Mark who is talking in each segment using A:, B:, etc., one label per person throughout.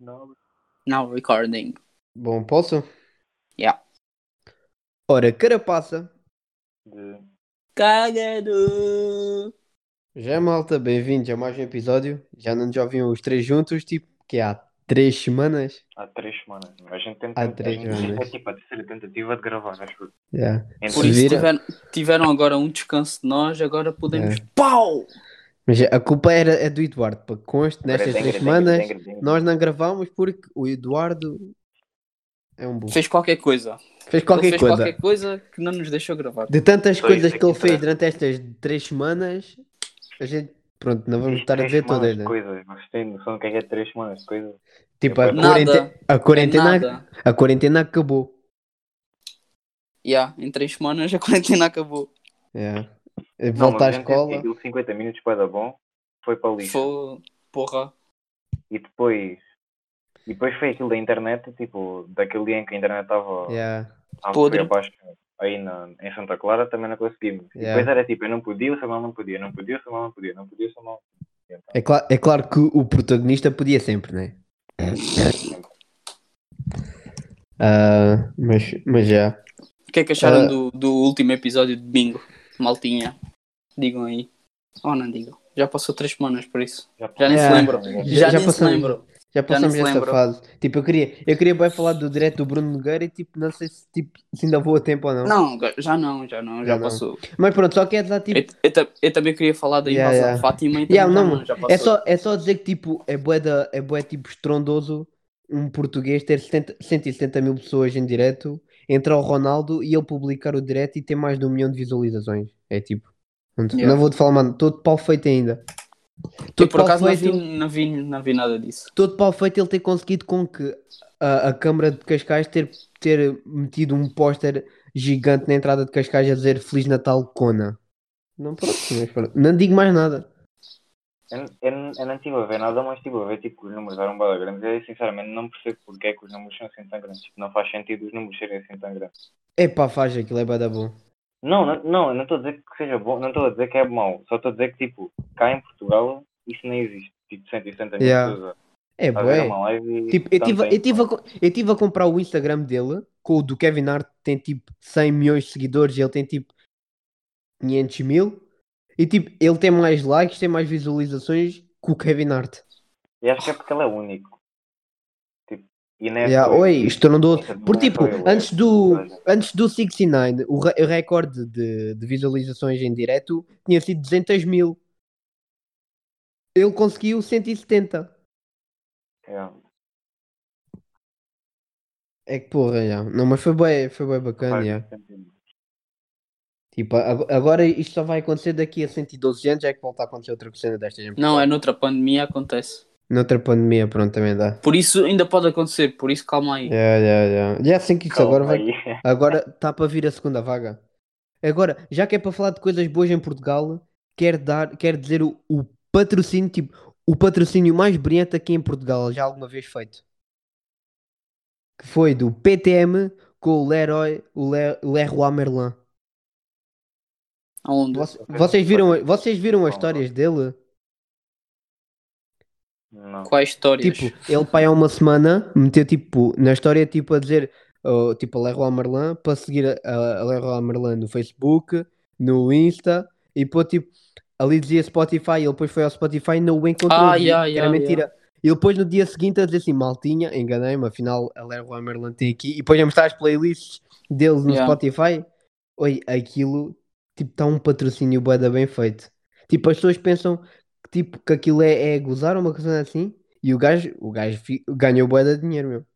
A: Não.
B: Now recording.
C: Bom, posso?
B: Yeah.
C: Ora, carapaça.
A: De...
B: Cagado!
C: Já malta, bem-vindos a mais um episódio. Já não nos ouviam os três juntos, tipo, que há três semanas.
A: Há três semanas. meu. A gente
C: Há
A: tenta.
C: três
A: a gente
C: semanas.
A: É tipo a terceira tentativa de gravar, acho que.
C: Já.
A: Então,
B: Por
C: Se
B: isso
C: vira-
B: tiveram, tiveram agora um descanso de nós, agora podemos.
C: É.
B: Pau!
C: Mas a culpa era é do Eduardo, para que conste, nestas
A: dengue,
C: três
A: dengue,
C: semanas
A: dengue, dengue.
C: nós não gravámos porque o Eduardo é um burro.
B: Fez qualquer coisa.
C: Fez
B: Ele
C: qualquer
B: fez
C: coisa.
B: qualquer coisa que não nos deixou gravar.
C: De tantas
A: Dois
C: coisas que
A: daqui
C: ele fez
A: para-
C: durante estas três semanas, a gente, pronto, não vamos estar a
A: Três
C: dizer
A: semanas
C: todas,
A: de
C: né?
A: coisas. Vocês têm noção do que é que é três semanas de coisas?
C: Tipo, a
A: Nada.
C: quarentena, a quarentena,
B: Nada.
C: a quarentena acabou.
B: Yeah, em três semanas a quarentena acabou.
C: É. É
A: Não,
C: Volta à
A: mas a gente teve
C: escola.
A: aquilo 50 minutos para dar bom. Foi para o lixo.
B: Foi. Porra.
A: E depois. E depois foi aquilo da internet, tipo, daquele dia em que a internet estava
C: Yeah.
A: estava
B: Podre.
A: foi abaixo aí na, em Santa Clara, também não conseguimos. E
C: Yeah.
A: depois era tipo, eu não podia, o Samuel não podia, não podia, o Samuel não podia, não podia, o Samuel. não podia.
C: É, cla- é claro que o protagonista podia sempre, né? Ah, mas, mas já.
B: O que é que acharam
C: Ah.
B: do, do último episódio de Bingo? Maltinha. Digam aí. Ou não digam. Já passou três semanas por isso. Já nem
C: É.
B: se lembram.
C: Já-
B: Já,
C: já
B: nem se
C: passamos.
B: lembram.
C: Já passamos
B: se
C: essa
B: lembram.
C: fase. Tipo, eu queria, eu queria bem falar do direto do Bruno Nogueira e tipo, não sei se, tipo, se ainda vou a tempo ou não.
B: Não, já não, já não, já,
C: Já não.
B: passou.
C: Mas pronto, só quero dar
A: É
C: tipo.
B: Eu, eu ta- eu também queria falar da
C: Yeah,
B: invasão
C: yeah.
B: de Fátima, então
C: Yeah,
B: já
C: não,
B: não, já passou.
C: É só, é só dizer que tipo, é bué, da- é bué tipo estrondoso um português ter 70, 170 mil pessoas em direto, entrar o Ronaldo e ele publicar o direto e ter mais de um milhão de visualizações. É tipo. Não, te-
B: Yeah.
C: não vou te falar, mano, estou de pau feito ainda.
B: Eu,
C: Todo
B: Tipo, por
C: pau
B: acaso não
C: feito.
B: vi, não, vi, não vi nada disso.
C: todo pau feito ele ter conseguido com que a, a Câmara de Cascais ter, ter metido um póster gigante na entrada de Cascais a dizer Feliz Natal Cona. Não, pronto, mas pronto. não digo mais nada.
A: Eu, eu, não- eu não estive a ver nada, mas estive a ver tipo, que os números eram bada grandes. E eu sinceramente não percebo porque é que os números são assim tão grandes. Tipo, não faz sentido os números serem assim tão grandes.
C: Epá, faz aquilo, é bada bom.
A: Não, não, não, eu não estou a dizer que seja bom, não estou a dizer que é mau, só estou a dizer que tipo, cá em Portugal isso nem existe. Tipo, 170 mil
C: Yeah.
A: pessoas
C: É
A: a- a ver
C: bué.
A: uma live e.
C: Tipo, eu tive,
A: tanta
C: eu, tive a, co- eu tive a comprar o Instagram dele, com o do Kevin Hart, que tem tipo 100 milhões de seguidores e ele tem tipo 500 mil. E tipo, ele tem mais likes, tem mais visualizações que o Kevin Hart.
A: E acho que é porque ele é único. Tipo, e não é
C: Yeah,
A: só ele.
C: oi, isto não dou.
A: Essa não
C: Por
A: é
C: tipo,
A: só ele, é
C: antes do,
A: toda a gente.
C: antes do 69, o, re- o recorde de, de visualizações em direto tinha sido 200 mil. Ele conseguiu 170.
A: Yeah.
C: É que porra, já. Não, mas foi bem, foi bem bacana,
A: Faz
C: já.
A: sentido.
C: Tipo, ag- agora isto só vai acontecer daqui a 112 anos, é que volta a acontecer outra cena destas em
B: Não,
C: Portugal.
B: é noutra pandemia acontece.
C: Noutra pandemia, pronto, também dá.
B: Por isso ainda pode acontecer, por isso calma aí.
C: Já, já, já. Já sei que isto
A: Calma
C: agora vai.
A: aí.
C: Agora está para vir a segunda vaga. Agora, já que é para falar de coisas boas em Portugal, quero dar, quero dizer o, o patrocínio, tipo, o patrocínio mais brilhante aqui em Portugal, já alguma vez feito. Que foi do PTM com o Leroy, o Le- Leroy Merlin.
B: Aonde?
C: Voc- Vocês viram, vocês viram as histórias dele?
A: Não.
B: Quais histórias?
C: Tipo, ele pai há uma semana meteu tipo na história tipo a dizer oh, tipo a Leroy Merlin para seguir a, a Leroy Merlin no Facebook, no Insta e pô tipo ali dizia Spotify, ele depois foi ao Spotify e não o encontrou,
B: Ah,
C: viu
B: yeah,
C: que
B: yeah,
C: era mentira. E depois no dia seguinte a dizer assim, maltinha, enganei-me, afinal a Leroy Merlin tem aqui e depois a mostrar as playlists dele no
B: Yeah.
C: Spotify. Oi, aquilo tipo está um patrocínio bué da bem feito. Tipo, as pessoas pensam que, tipo, que aquilo é, é gozar uma coisa assim e o gajo, o gajo fi- ganhou bué de dinheiro, meu.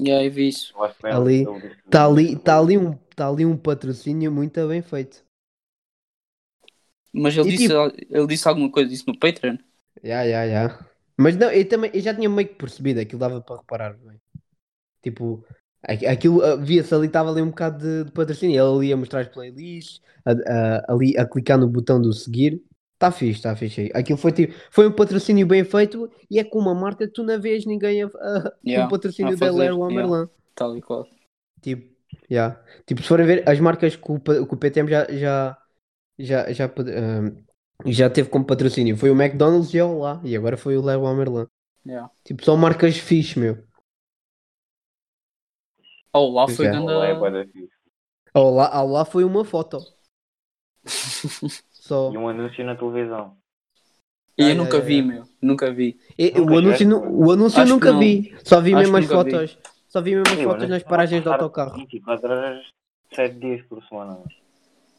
B: Yeah, eu vi isso.
A: Eu acho que é
C: Ali-
A: ele disse-
C: Está ali, tá ali, um, tá ali um patrocínio muito bem feito.
B: Mas ele
C: E tipo-
B: disse, ele disse alguma coisa disso no Patreon.
C: Ya, ya, ya. Mas não, eu também eu já tinha meio que percebido, aquilo dava para reparar bem. Tipo, aqu- aquilo ah, via-se ali, estava ali um bocado de, de patrocínio. Ele ali a mostrar as playlists, a, a- ali a clicar no botão do seguir. Está fixe, está fixe. Aquilo foi tipo, foi um patrocínio bem feito e é com uma marca que tu não vês ninguém a, a-
B: Yeah,
C: um patrocínio
B: a
C: da
B: fazer,
C: Leroy
B: yeah.
C: Merlin.
B: Tal e qual.
C: Tipo, yeah. Tipo, se forem ver, as marcas que o, pa- que o PTM já, já, já, já, pod- ahm, já teve como patrocínio foi o McDonald's e a Olá, e agora foi o Leroy Merlin.
B: Yeah.
C: Tipo, só marcas fixe, meu.
B: Oh, lá foi
C: Já.
A: Olá, é bué
B: ganda.
A: da fixe.
C: Ao lá, ao lá foi uma foto. Só.
A: E um anúncio na televisão.
B: E
C: Ah,
B: eu nunca
C: yeah,
B: vi,
C: yeah.
B: meu. Nunca vi.
C: E-
A: Nunca
C: o anúncio,
A: tiveste,
C: nu-
A: mano?
C: o anúncio eu
B: Acho que
C: nunca
B: não.
C: vi. Só vi
B: Acho
C: mesmo
B: que
C: as
B: nunca vi.
C: fotos. Só vi mesmo as
A: Sim, um
C: fotos
A: mas
C: nas paragens de
A: passar
C: autocarro.
A: 24 horas, 7 dias por semana mano,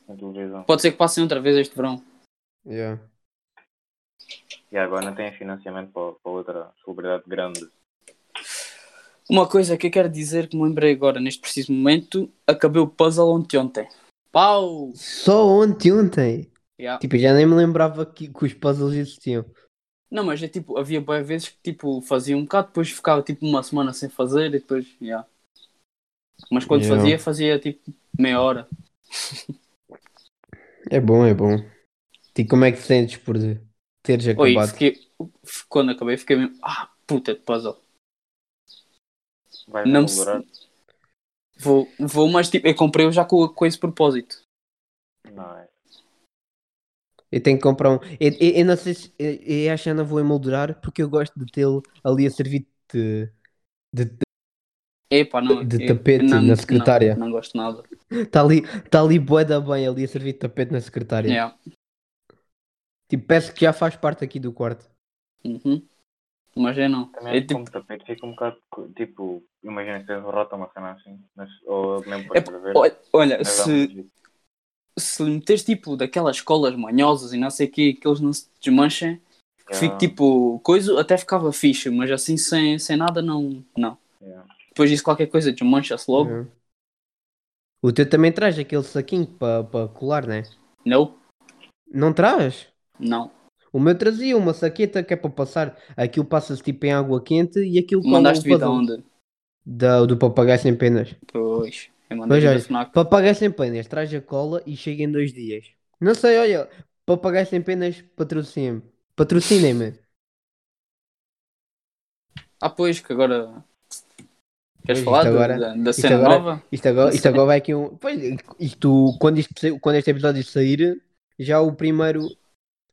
A: na televisão.
B: Pode ser que passem outra vez este verão.
C: Yeah.
A: E agora não tem financiamento para, para outra celebridade grande.
B: Uma coisa que eu quero dizer que me lembrei agora, neste preciso momento, acabei o puzzle ontem ontem. Pau!
C: Só ontem, ontem.
B: Yeah.
C: Tipo, eu já nem me lembrava que, que os puzzles existiam.
B: Não, mas é tipo, havia boas vezes que tipo, fazia um bocado, depois ficava tipo uma semana sem fazer e depois, yeah. Mas quando
C: Yeah.
B: fazia, fazia tipo meia hora.
C: É bom, é bom. E como é que te sentes por teres
B: Oi,
C: acabado?
B: fiquei, f- quando acabei, fiquei mesmo, ah, puta de puzzle.
A: Vai
B: Não se-
A: colaborar?
B: Vou, vou, mas tipo, eu comprei-o já com, com esse propósito.
A: Não, é.
C: Eu tenho que comprar um. Eu, eu- eu não sei se. Eu, eu acho que ainda vou emoldurar porque eu gosto de tê-lo ali a servir de, de-
B: Epá, não.
C: De
B: eu-
C: tapete
B: não,
C: na
B: não,
C: secretária.
B: Não, gosto nada.
C: Está ali, tá ali boeda bem, ali a servir de tapete na secretária.
B: Yeah.
C: Tipo, parece que já faz parte aqui do quarto.
B: Uhum. Mas eu não.
A: Também
B: É,
A: é
B: tipo,
A: como tapete, fica um bocado co- tipo, imagina que tens rota uma cena assim, mas, ou mesmo para
B: é-
A: escrever.
B: olha, olha,
A: mas é um dá
B: se,
A: muito jeito.
B: se lhe meteres tipo daquelas colas manhosas e não sei o que, que eles não se desmanchem, que
A: Yeah.
B: fique tipo coisa, até ficava fixe, mas assim sem, sem nada não. não.
A: Yeah.
B: Depois disso qualquer coisa desmancha-se logo.
C: É. O teu também traz aquele saquinho para colar, né?
B: Não,
C: Não traz?
B: não.
C: O meu trazia uma saqueta que é para passar. Aquilo passa-se tipo em água quente e aquilo cola
B: Mandaste
C: o
B: vir da
C: puzzle.
B: onda.
C: Da- do papagaio sem penas.
B: Pois. Eu
C: Pois é.
B: mandei
C: olha,
B: da FNAC.
C: Papagaio sem penas, traz a cola e chega em dois dias. Não sei, olha, papagaio sem penas, patrocinem-me. Patrocinem-me.
B: Ah, pois, que agora. Queres
C: Pois,
B: falar
C: isto
B: do-
C: agora-
B: da, da
C: isto
B: cena
C: agora-
B: nova?
C: Isto agora, isto agora vai aqui um. Pois, isto, quando, isto, sai- quando este episódio sair, já o primeiro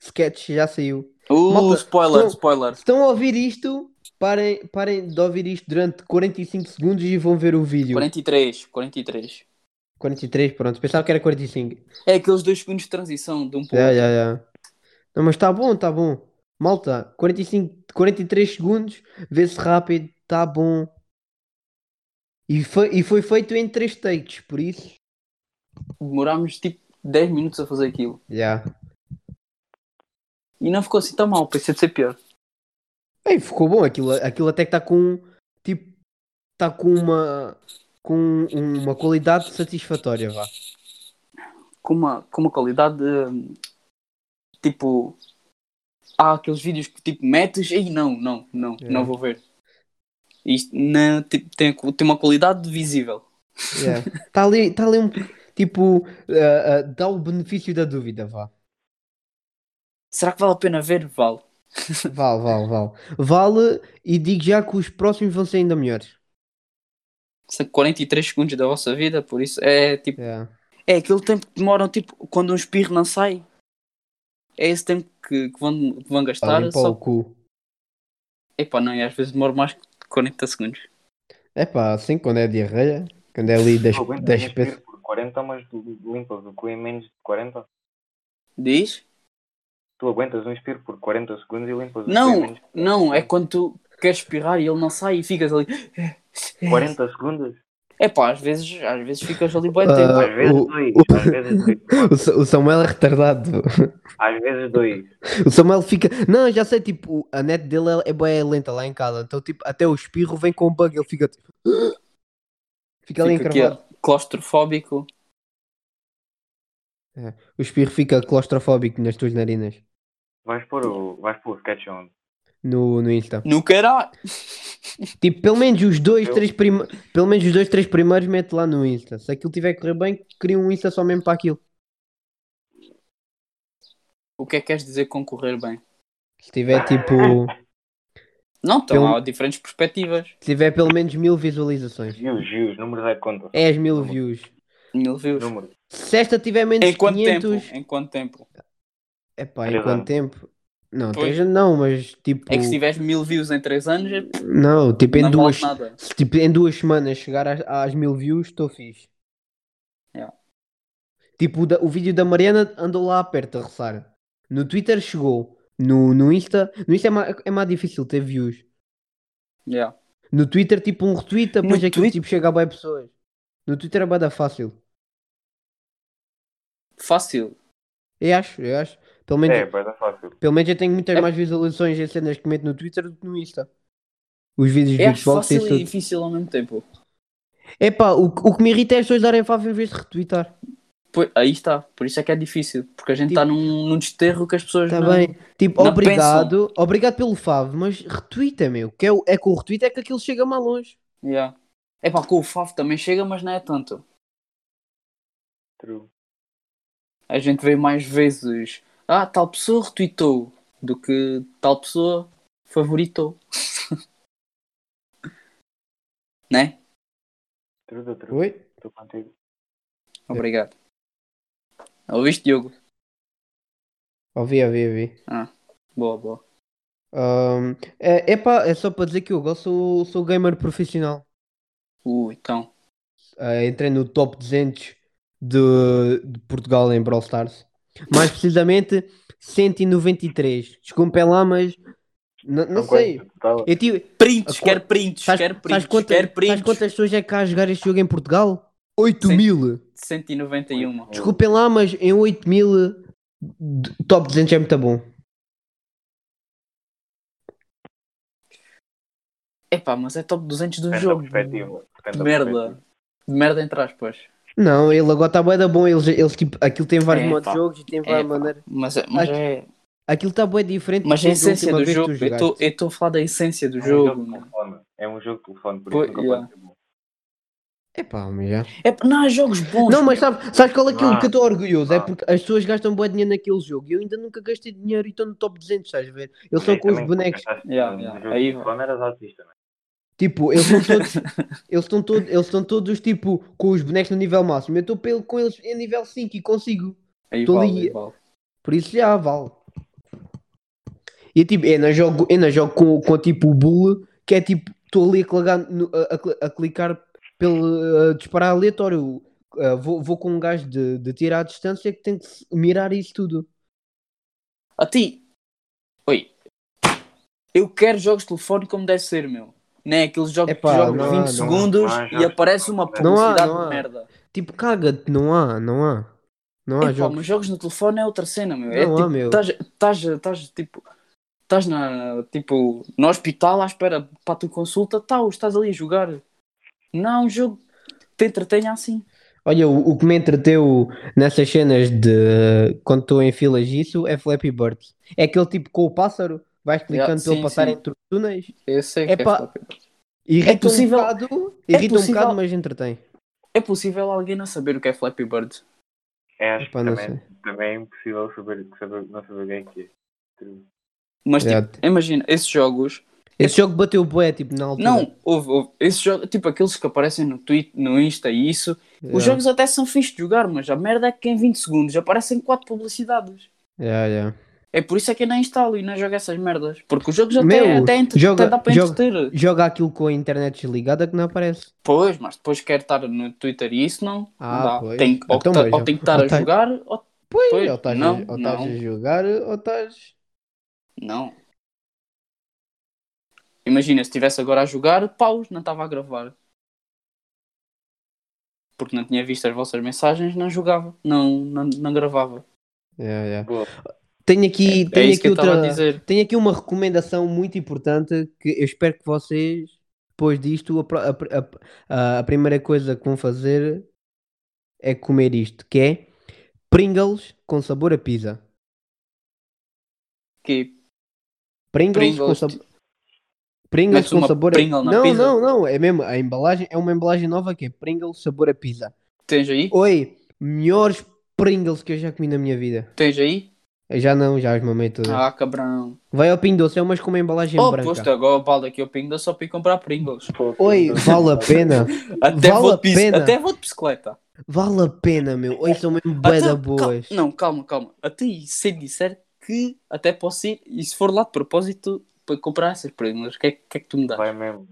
C: sketch já saiu.
B: Uh,
C: Malta,
B: spoiler,
C: estão-
B: spoiler.
C: Se estão a ouvir isto, parem, parem de ouvir isto durante 45 segundos e vão ver o vídeo.
B: 43, 43.
C: 43, pronto. Pensava que era 45.
B: É aqueles dois segundos de transição de um pouco.
C: Já, já, já. Não, mas está bom, está bom. Malta, 45, 43 segundos, vê-se rápido, está bom. E foi, e foi feito em 3 takes, por isso.
B: Demorámos tipo 10 minutos a fazer aquilo.
C: Já.
B: E não ficou assim tão mal, parecia de ser pior.
C: Ei, ficou bom, aquilo, aquilo até que está com. Tipo, está com uma. Com uma qualidade satisfatória, vá.
B: com uma, com uma qualidade hum, tipo há aqueles vídeos que tipo metes e não, não, não,
C: É.
B: não vou ver. Isto não, tipo, tem, tem uma qualidade visível.
C: Está ali, tá ali um. Tipo, ah, ah, dá o benefício da dúvida, vá.
B: Será que vale a pena ver? Vale.
C: Vale, vale, vale. Vale e digo já que os próximos vão ser ainda melhores.
B: São 43 segundos da vossa vida, por isso é tipo.
C: Yeah.
B: É aquele tempo que demoram, tipo, quando um espirro não sai. É esse tempo que, que vão, que vão
C: Para
B: gastar.
C: limpar o
B: Só...
C: cu.
B: Epá, não, e às vezes demora mais que 40 segundos.
C: É pá, assim quando é diarreia, quando é ali das,
A: Não aguentas
C: das
A: respirar
C: peças.
A: por 40, mas tu limpas o cu em menos de 40.
B: Diz?
A: Tu aguentas um espirro por 40 segundos e limpas o cu em
B: Não,
A: menos de
B: não, é quando tu queres espirrar e ele não sai e ficas ali.
A: 40 segundos?
B: É pá, às vezes, às vezes ficas ali bem
C: Ah.
B: tempo.
A: Às vezes
C: o-
A: dois.
C: o-
A: Às vezes dois.
C: O, Sa- o Samuel é retardado.
A: Às vezes dois.
C: O Samuel fica. Não, já sei, tipo, a net dele é, é bué lenta lá em casa. Então, tipo, até o espirro vem com um bug. Ele fica tipo. Fica ali
B: Fica aqui,
C: encravado.
B: ó, claustrofóbico.
C: O espirro fica claustrofóbico nas tuas narinas.
A: Vais pôr o, vais pôr o sketch onde?
C: No, no Insta.
B: No caralho!
C: Tipo, pelo menos os dois,
A: Eu-
C: três primeiros. Pelo menos os dois, três primeiros mete lá no Insta. Se aquilo tiver a correr bem, cria um Insta só mesmo para aquilo.
B: O que é que queres dizer com correr bem?
C: Se tiver tipo.
B: Não, então
C: Pelo-
B: há diferentes perspectivas.
C: Se tiver pelo menos mil visualizações.
A: Views, views, números é que conta.
C: 10 mil views.
B: Mil views.
A: Números.
C: Se esta tiver menos
B: Em
C: de
B: quanto
C: 500,
B: tempo? Em quanto tempo?
C: epá, em
A: Três
C: quanto
A: anos.
C: tempo? Não,
B: Pois.
C: três anos não, mas tipo.
B: É que se tiveres mil views em 3 anos, é-
C: Não, tipo em
B: não vale
C: duas.
B: nada.
C: Se tipo, em duas semanas chegar às, às mil views, estou fixe.
B: Yeah.
C: Tipo, o, da- o vídeo da Mariana andou lá perto a roçar. No Twitter chegou. No, no Insta. No Insta é mais, é mais difícil ter views.
B: Yeah.
C: No Twitter, tipo, um retweet, depois aquilo
B: Twitter?
C: tipo, chega a bem pessoas. No Twitter é bada fácil.
B: Fácil.
C: Eu acho, eu acho. Pelo menos,
A: É, pois é fácil.
C: pelo menos eu tenho muitas
B: É-
C: mais visualizações em cenas que meto no Twitter do que no Insta. Os vídeos
B: É
C: do
B: acho
C: Xbox e
B: fácil
C: isso
B: e
C: tudo.
B: difícil ao mesmo tempo.
C: Epá, o, que- o que me irrita é as pessoas darem favo em vez de retweetar.
B: Pois, aí está, por isso é que é difícil, porque a gente está num, num desterro que as pessoas
C: Tipo- Tá
B: não.
C: bem. Tipo,
B: não
C: obrigado, obrigado pelo Favo, mas retweeta, meu. Que é, o- é com o retweet é que aquilo chega mais longe.
B: Yeah. É pá, com o Favo também chega, mas não é tanto.
A: True.
B: A gente vê mais vezes, ah, tal pessoa retweetou, do que tal pessoa favoritou. né?
A: True, true, true.
C: Oi?
A: Estou contigo.
C: É.
B: Obrigado. Ouviste, Diogo?
C: Ouvi, ouvi, ouvi.
B: Boa, boa.
C: Ahm, é, epá, é só para dizer que eu agora sou, sou gamer profissional.
B: Uh, então.
C: Ah, entrei no top 200 de, de Portugal em Brawl Stars. Mais precisamente, 193. Desculpem lá, mas n- não sei.
A: Total.
C: Eu tive,
B: Prints,
C: A
B: quero prints,
C: sabes,
B: quero
C: sabes
B: prints,
C: quantas,
B: quero
C: sabes
B: prints.
C: quantas pessoas é que há a jogar este jogo em Portugal? 8
B: Sim.
C: mil.
B: 191.
C: Desculpem lá, mas em 8 mil top 200 é muito bom.
B: É pá, mas é top 200 do
A: Depende da
B: jogo.
A: perspectiva. Depende da
B: Merda.
A: perspectiva.
B: De merda entre aspas.
C: Não, ele agora está bué da bom. Eles, eles, tipo, aquilo tem vários
B: É,
C: modos
B: pá.
C: de jogos e tem
B: É,
C: várias
B: pá.
C: maneiras.
B: Mas, é- mas,
C: Aqui-
B: é,
C: Aquilo está bué diferente
B: mas a
C: do que da
B: essência
C: última
B: do
C: vez que
B: jogo,
C: tu
B: eu tô-
C: jogaste.
B: eu estou a falar da essência do
A: É um
B: jogo.
A: jogo de
B: mano.
A: telefone. É um jogo de telefone, por
B: Pô,
A: isso nunca
B: yeah.
A: pode ser bom.
C: Epá, mas já.
B: É, pá, não, há jogos bons.
C: Não, mas
B: meu.
C: sabes, sabes qual é aquilo
A: Ah.
C: que eu estou orgulhoso? É
A: Ah.
C: porque as pessoas gastam bué dinheiro naquele jogo e eu ainda nunca gastei dinheiro e estou no top 200, estás a ver? Eu sou
A: Mas
C: com os
A: também,
C: bonecos.
A: quando gastaste
B: Yeah,
A: no
B: yeah.
A: jogo
B: Aí
A: de telefone, eras artista, né?
C: Tipo, eles são todos. eles, estão todos eles estão todos, tipo, com os bonecos no nível máximo. Eu estou pelo- com eles em nível 5 e consigo.
B: Aí
C: tô
B: vale,
C: ali-
B: aí vale.
C: Por isso já vale. E tipo, eu não jogo, eu não jogo com, com tipo o bull, que é tipo, estou ali a, clicar no- a- a cli- a clicar pelo a disparar aleatório. Ah, vou, vou com um gajo de, de tirar à distância que tem que se- mirar isso tudo.
B: A ti. Oi. Eu quero jogos de telefone como deve ser, meu. Não é aqueles jogos
C: Epá,
B: que jogam
C: não há,
B: 20
C: não há.
B: segundos
A: Não há jogos
B: e
A: de
B: aparece uma
A: telefone.
C: Não há,
B: publicidade
C: não há.
B: de merda.
C: Tipo, caga-te, não há, não há. Não há
B: Epá,
C: jogo.
B: mas jogos no telefone é outra cena, meu.
C: Não há,
B: é
C: meu.
B: tipo, estás, estás tipo, estás na, tipo, no hospital à espera para a tua consulta, tal, estás ali a jogar. Não, um jogo que te entretenha assim.
C: Olha, o, o que me entreteu nessas cenas de quando estou em filas e isso é Flappy Bird. É aquele tipo com o pássaro, vais clicando
B: sim,
C: pelo passar
B: sim.
C: entre os túneis.
B: Eu sei
C: que é Epá, Irrita
B: É possível- é
C: um bocado, irrita um
B: possível-
C: bocado, mas entretém.
B: É possível alguém não saber o que é Flappy Bird?
A: É, acho que
C: Epá, não
A: também, também é impossível saber, saber, não saber o que é que é. True.
B: Mas tipo,
C: Exato.
B: imagina, esses jogos.
C: Esse jogo bateu bué, tipo, na altura.
B: Não, houve, houve. Esses jogos, tipo aqueles que aparecem no Twitter, no Insta e isso.
C: É,
B: Os jogos até são fins de jogar, mas a merda é que em 20 segundos aparecem quatro publicidades.
C: é, é.
B: É por isso é que eu nem instalo e não jogo essas merdas. Porque os jogos até,
C: Meu,
B: até, entre-
C: joga-
B: até dá para
C: joga-
B: entreter.
C: Joga aquilo com a internet desligada que não aparece.
B: Pois, mas depois quero estar no Twitter e isso não.
C: Ah,
B: não dá.
C: pois.
B: Tem, que- ou,
C: Então
B: que ta-
C: veja.
B: ou tem que estar
C: Ou
B: a
C: tá-
B: jogar ou.
C: Pois,
B: Pois,
C: ou estás
B: não,
C: a, ou estás
B: não.
C: a jogar, ou estás...
B: Não. Imagina, se estivesse agora a jogar, paus, não estava a gravar. Porque não tinha visto as vossas mensagens, não jogava. Não, não, não gravava.
C: É, é.
A: Boa.
C: Tenho aqui,
B: é
C: tenho
B: isso que
C: aqui
B: eu estava a
C: outra...
B: dizer.
C: Tenho aqui uma recomendação muito importante que eu espero que vocês, depois disto, a, pro- a pr- a p- a- a primeira coisa que vão fazer é comer isto, que é Pringles com sabor a pizza.
B: Que
C: Pringles, com
B: Pringles,
C: sabor.
B: ti-
C: Pringles
B: Metes
C: com
B: uma
C: sabor a
B: Pringle na
C: Não,
B: pizza?
C: não, não, é mesmo, a embalagem é uma embalagem nova que é Pringles sabor a pizza.
B: tens aí?
C: Oi, melhores Pringles que eu já comi na minha vida.
B: Tens aí?
C: Eu já não, já os mamei todas.
B: Ah, cabrão.
C: Vai ao Pingo Doce, é umas com uma embalagem
B: Oh,
C: branca.
B: posto agora o balde aqui ao pingo, só para ir comprar Pringles.
C: Oi, vale a pena.
B: Até,
C: Vale
B: vou,
C: a
B: de bis-
C: pena.
B: até vou de bicicleta.
C: Vale a pena, meu. Oi, são mesmo bué
B: Até-
C: da
B: cal-
C: boas.
B: Não, calma, calma. Até aí, se disser que até posso ir, e se for lá de propósito, para comprar essas prendas, o que, é, que é que tu me dás?
A: Vai mesmo.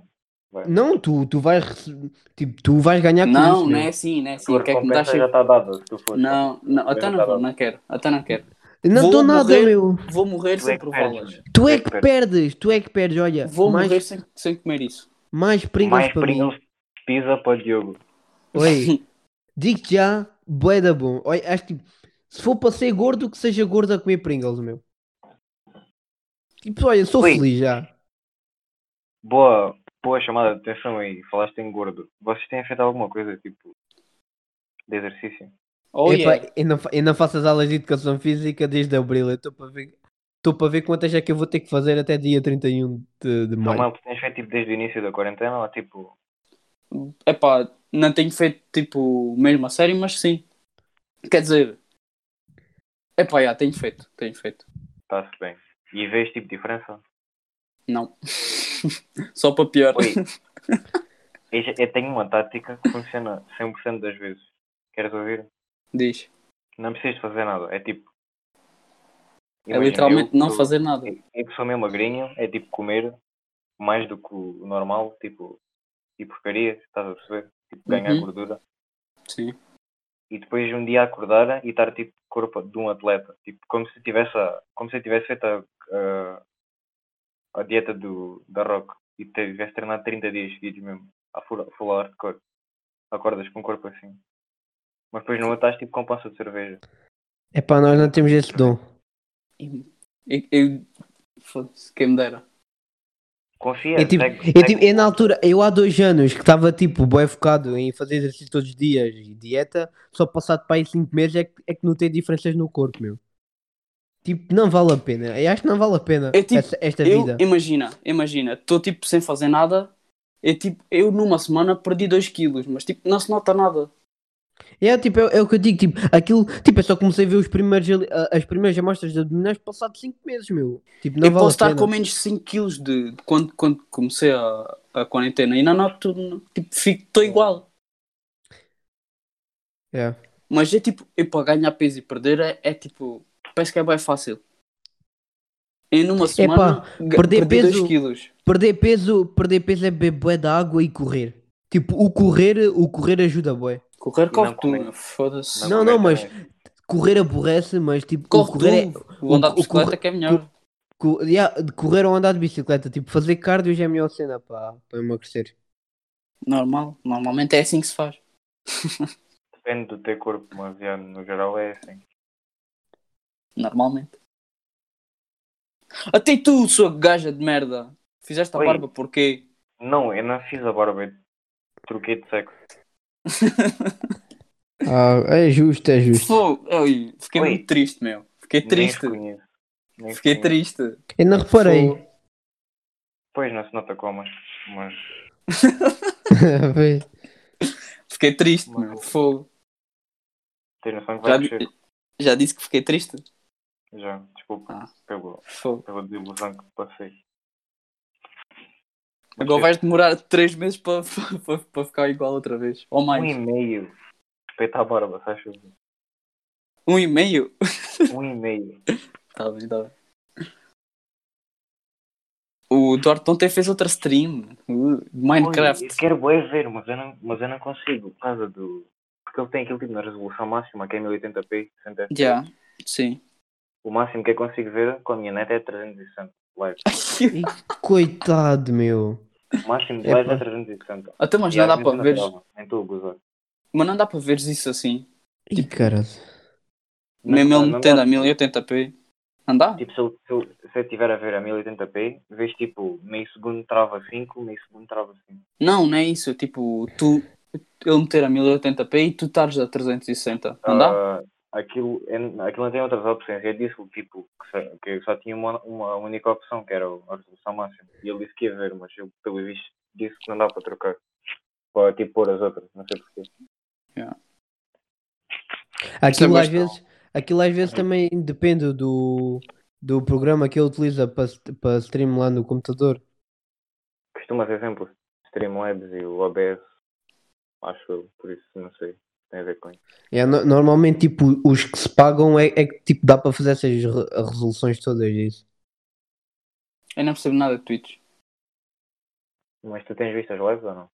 A: Vai.
C: Não, tu, tu vais rece- tipo, tu vais ganhar com
B: não,
C: isso,
B: não
C: meu.
B: é assim, não é assim.
A: Tua
B: O que é que me dás?
A: recompensa já está dada, se tu fores.
B: Não, não, até não
A: então. Tá
B: vou,
A: bom.
B: não quero, até não quero.
C: Não
B: Vou
C: estou nada,
B: morrer.
C: meu.
B: Vou morrer
A: Tu é
B: sem
A: que perdes,
B: prová-las.
A: mano.
C: Tu é que perdes, tu é que perdes, olha.
B: Vou
C: mais,
B: morrer sem, sem comer isso.
C: mais pringles
A: Mais
C: para mim.
A: Pringles pisa para o Diogo.
C: Oi, digo-te já, bué da bom. Olha, acho que se for para ser gordo, que seja gordo a comer Pringles, meu. Tipo, olha, sou
A: Ui.
C: feliz já.
A: Boa, boa chamada de atenção aí. Falaste em gordo. Vocês têm feito alguma coisa, tipo, de exercício?
B: Oh,
C: Epá,
B: yeah.
C: eu, não, fa- eu não faço as aulas de educação física desde abril. Eu estou para ver. Estou para ver quantas é que eu vou ter que fazer até dia 31 de, de maio.
A: Não, tens feito tipo desde o início da quarentena ou tipo.
B: é, Epá, não tenho feito tipo mesmo a sério, mas sim. Quer dizer, epá, já tenho feito, tenho feito.
A: Está-se bem. E vês tipo diferença?
B: Não. Só para pior.
A: Oi. eu, já- eu tenho uma tática que funciona 100% das vezes. Queres ouvir?
B: Diz.
A: Não precisas fazer nada. É tipo.
B: é
A: imagina,
B: literalmente
A: eu-
B: não
A: eu-
B: fazer nada.
A: É que sou mesmo magrinho, é tipo comer mais do que o normal, tipo, tipo porcarias, estás a perceber? Tipo ganhar
B: Uhum.
A: gordura.
B: Sim.
A: E depois um dia acordar e estar tipo corpo de um atleta, tipo como se tivesse, a- como se eu tivesse feito a, a- a dieta do, da Rock e tivesse treinado 30 dias seguidos mesmo, a full, full hardcore. Acordas com o corpo assim. Mas depois não estás tipo com pança de cerveja.
C: É pá, nós não temos esse dom.
B: Eu, eu... Foda-se, quem me dera.
A: Confia,
C: Eu, tipo,
A: segue-
C: eu, tipo,
A: segue-
C: eu na altura, eu há dois anos que estava tipo bem focado em fazer exercício todos os dias e dieta, só passado para aí cinco meses é que, é que não tem diferenças no corpo, meu. Tipo, não vale a pena. Eu acho que não vale a pena
B: É tipo,
C: essa- esta
B: Eu,
C: vida.
B: imagina, imagina, estou tipo sem fazer nada. É tipo, eu numa semana perdi 2 quilos, mas tipo, não se nota nada.
C: É, tipo, é, é o que eu digo, tipo, aquilo, tipo, eu só comecei a ver os primeiros, ali- a- as primeiras amostras de abdominais passado cinco meses, meu. Tipo, não
B: eu
C: vale
B: posso
C: a pena.
B: estar com menos 5 quilos de de quando, quando comecei a, a quarentena e não noto, não- tipo, fico, estou igual.
C: É.
B: Mas é tipo, eu para ganhar peso e perder é, é tipo, parece que é bem fácil. Em numa semana, ga- perdi
C: perder peso-
B: 2 quilos.
C: Perder peso, perder peso é beber bué de água e correr. Tipo, o correr, o correr ajuda bué.
B: Correr corre
A: Não
B: tu,
A: comer.
B: meu, foda-se.
C: é- Não,
A: comer
C: não, mas-
A: também.
C: Correr aborrece, mas tipo, o
B: Corre
C: correr
B: tu,
C: o-
B: vou andar de
C: o
B: bicicleta
C: corre-
B: que é melhor.
C: Co- yeah, de correr ou andar de bicicleta, tipo, fazer cardio já é a melhor cena para emagrecer.
B: Normal, normalmente é assim que se faz.
A: Depende do teu corpo, mas já, no geral é assim.
B: Normalmente. Até tu, sua gaja de merda. Fizeste a
A: Oi.
B: barba porquê?
A: Não, eu não fiz a barba, eu troquei de sexo.
C: Ah, é justo, é
B: Pô, eu fiquei
A: Oi.
B: muito triste, meu. Fiquei
A: Nem
B: triste.
A: os conheço. Nem os
B: Fiquei
A: conheço.
B: triste.
C: Eu não reparei.
B: Pô,
A: Pois não se nota como, mas
C: Vê.
B: Fiquei triste,
A: Mano.
B: meu. Fogo.
A: tens noção que
B: Já,
A: vai
B: di-
A: crescer.
B: já disse que fiquei triste?
A: Já, desculpa
B: Ah.
A: pelo,
B: Fogo.
A: pela desilusão que passei. Mas
B: Agora vais demorar 3 meses para ficar igual outra vez. Ou
A: teve Um
B: mais.
A: e-mail. Respeita a barba, sabes?
B: Um e meio?
A: Um e-mail.
B: Tá bem, tá bem. O Duarte ontem fez outra stream. Uh, Minecraft.
A: Oi, eu quero bem ver, mas eu, não, mas eu não consigo por causa do. Porque ele tem aquilo tipo na resolução máxima, que é 1080p, 100 FPS.
B: Já, sim.
A: O máximo que eu consigo ver com a minha neta é 360 live.
C: Coitado, meu.
A: O máximo de
C: Epá.
A: live é 360.
B: Até mas
A: E às
B: não dá
A: vezes
B: para
A: não
B: ver.
A: dava, Nem estou a gozar.
B: Mas não dá para ver isso assim.
C: Ih, caralho.
A: Não,
B: Mesmo
A: não,
B: ele
A: não
B: metendo
A: dá.
B: a 1080p. Não dá?
A: Tipo, se eu, se eu, se eu estiver a ver a 1080p, vês tipo meio segundo trava 5, meio segundo trava 5.
B: Não, não é isso. Tipo, tu. Ele meter a 1080p e tu estares a 360. Não dá?
A: Ah, aquilo, é- aquilo não tem outras opções. Eu disse tipo, que, só, que só tinha uma, uma única opção, que era a resolução máxima. E ele disse que ia ver, mas eu, pelo visto, disse que não dá para trocar. Para tipo pôr as outras, não sei porquê.
C: Aquilo
B: Isso é
C: às
B: bastante.
C: vezes, aquilo às vezes também depende do, do programa que ele utiliza para para stream lá no computador.
A: Costuma ser sempre o Streamlabs e o OBS. Acho eu, por isso não sei. Tem a ver com isso.
C: É, no- normalmente, tipo, os que se pagam é, é que tipo, dá para fazer essas re- resoluções todas é disso.
B: Eu não percebo nada de Twitch.
A: Mas tu tens visto as lives ou não?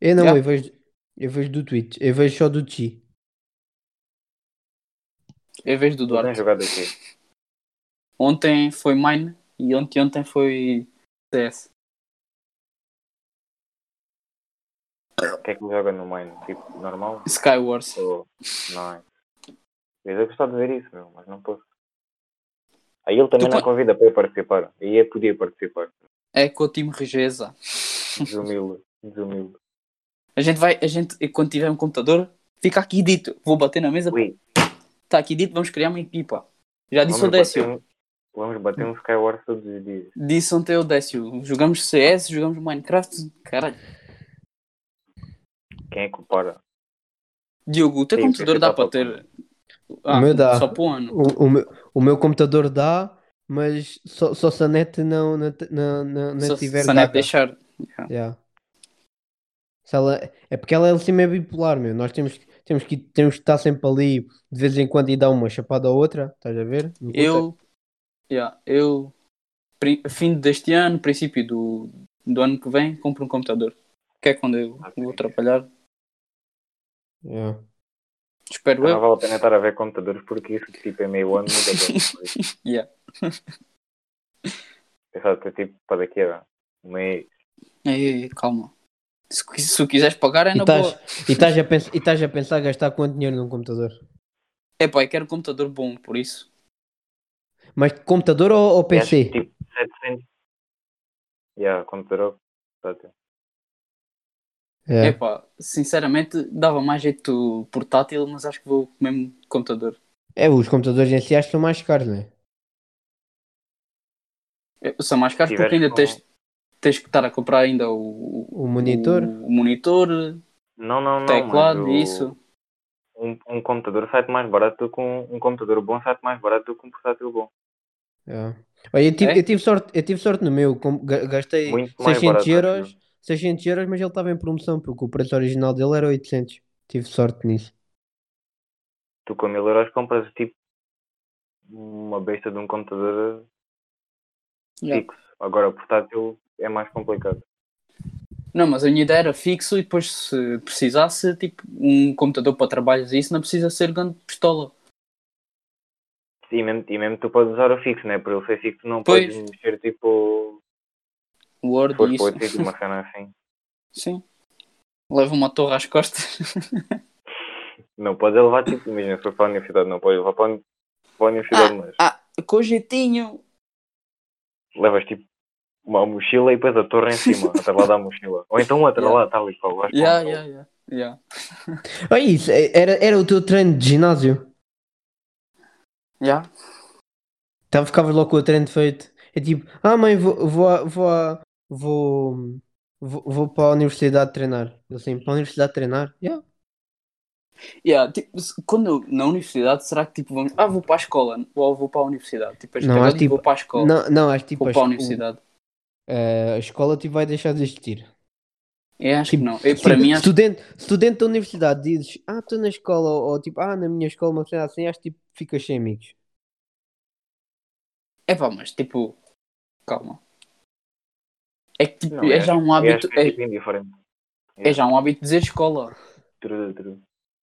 C: Eu não,
B: Yeah.
C: eu, vejo, eu vejo do Twitch, eu vejo só do Chi.
B: Eu vejo do
A: Tu tens
B: Duarte.
A: é jogado o quê?
B: Ontem foi Mine e ontem ontem foi CS.
A: O que é que joga no Mine? Tipo, normal?
B: Skywars.
A: Ou... Não é? Eu gostava de ver isso, meu, mas não posso. Aí ele também
B: Tu
A: não
B: pode-
A: convida para eu participar. Aí eu podia participar.
B: É com o time Rigeza.
A: Desumilde. Desumilde.
B: A gente vai, a gente, quando tiver um computador, fica aqui dito. Vou bater na mesa.
A: Ui,
B: Está aqui dito, vamos criar uma equipa. Já Ah, disse o Décio.
A: bater um... Vamos bater um Skywars todos os dias.
B: Disse ontem o Décio. Jogamos CS, jogamos Minecraft. Caralho.
A: Quem é que o para?
B: Diogo, o teu
A: Sim,
B: computador é dá para
A: porque
B: ter. Ah,
C: O meu dá.
B: Só para o ano.
C: O, o, meu, o meu computador dá, mas só, só se a net não, não, te- não, não, não
B: Só
C: tiver
B: se a net
C: data.
B: deixar.
C: Yeah. Se ela- É porque ela, ela sempre é bipolar, meu. Nós temos, que- temos, que, temos que estar sempre ali de vez em quando e dar uma chapada à outra, estás a ver? No contexto.
B: Eu, yeah, eu, pri- fim deste ano, princípio do, do ano que vem, compro um computador. Que é quando eu vou trabalhar.
C: Yeah.
B: Espero
A: Não
B: eu.
A: vale a pena estar a ver computadores porque isso tipo é meio ano muda bem.
B: Yeah.
A: Pensava que tipo para daqui a um mês.
B: Ei, ei, ei, calma. Se, qui- se o quiseres pagar, é
C: E
B: na
C: estás,
B: boa.
C: e, estás a pensar, e estás a pensar gastar quanto dinheiro num computador?
B: É pá, eu quero um computador bom, por isso.
C: Mas computador ou, ou
A: Acho que,
C: PC?
A: Tipo 700. Yeah, computador. portátil.
C: É.
B: É pá, sinceramente, dava mais jeito portátil, mas acho que vou com o mesmo computador.
C: É, os computadores em si acho que são mais caros, né?
B: É, São mais caros porque
A: Tiveres
B: ainda
A: com-
B: tens, tens que estar a comprar ainda o,
C: O monitor?
B: o, o monitor,
A: Não, não, não.
B: teclado
A: mas o-
B: e isso.
A: Um, um computador sai mais barato do que um, um computador bom, sai mais barato do que um portátil bom.
C: É. Olha, eu tive,
B: É?
C: eu tive sorte, eu tive sorte no meu, com- ga- gastei
A: Muito mais
C: 600
A: barato,
C: euros,
A: acho
C: 600 euros, mas ele estava em promoção porque o preço original dele era 800. Tive sorte nisso.
A: Tu com 1000 euros compras tipo uma besta de um computador
B: Yeah.
A: fixo. Agora o portátil é mais complicado.
B: Não, mas a minha ideia era fixo e depois se precisasse, tipo, um computador para trabalhos e isso não precisa ser grande pistola.
A: E mesmo, e mesmo tu podes usar o fixo, né? Por ele ser fixo, não
B: Pois.
A: podes mexer tipo. Se
B: Word
A: fores
B: e
A: para
B: isso.
A: o tipo, uma cena assim.
B: Sim. Leva uma torre às costas.
A: Não podes levar tipo, imagina, se for para a universidade, não podes levar para a uni- para a universidade, mas
B: ah, com jeitinho.
A: levas tipo uma mochila e depois a torre em cima, atrás lá da mochila. Ou então outra
B: Yeah.
A: lá, tal e qual. vais para
B: Yeah,
A: um-
B: yeah, yeah, yeah.
C: Olha isso, é- era, era o teu treino de ginásio.
B: Yeah.
C: Então ficavas logo com o treino feito. É tipo, ah mãe, vou, vou, à- vou, à- vou, vou, vou para a universidade treinar. Eu assim, para a universidade treinar? Yeah.
B: Yeah, tipo, se- quando eu, na universidade, será que tipo vamos. Ah, vou para a escola ou vou para a universidade? Tipo,
C: Não,
B: não,
C: acho,
B: agora
C: tipo,
B: vou para a escola.
C: Não, não, acho tipo,
B: vou
C: a,
B: para a
C: esco-
B: universidade.
C: eh, a escola tipo, vai deixar de existir.
B: Eu acho que
C: tipo,
B: não. Eu, para
C: Tipo,
B: mim, acho
C: Estudante, estudante da universidade dizes, ah, estou na escola, ou, ou, tipo, ah, na minha escola, uma cena assim, acho que tipo, ficas sem amigos.
B: É pá, mas tipo. Calma. É que tipo,
A: Não,
B: é,
A: é-
B: já um
A: Eu
B: hábito.
A: acho que é
B: É,
A: tipo indiferente.
B: é já um hábito dizer escola.
A: True, true.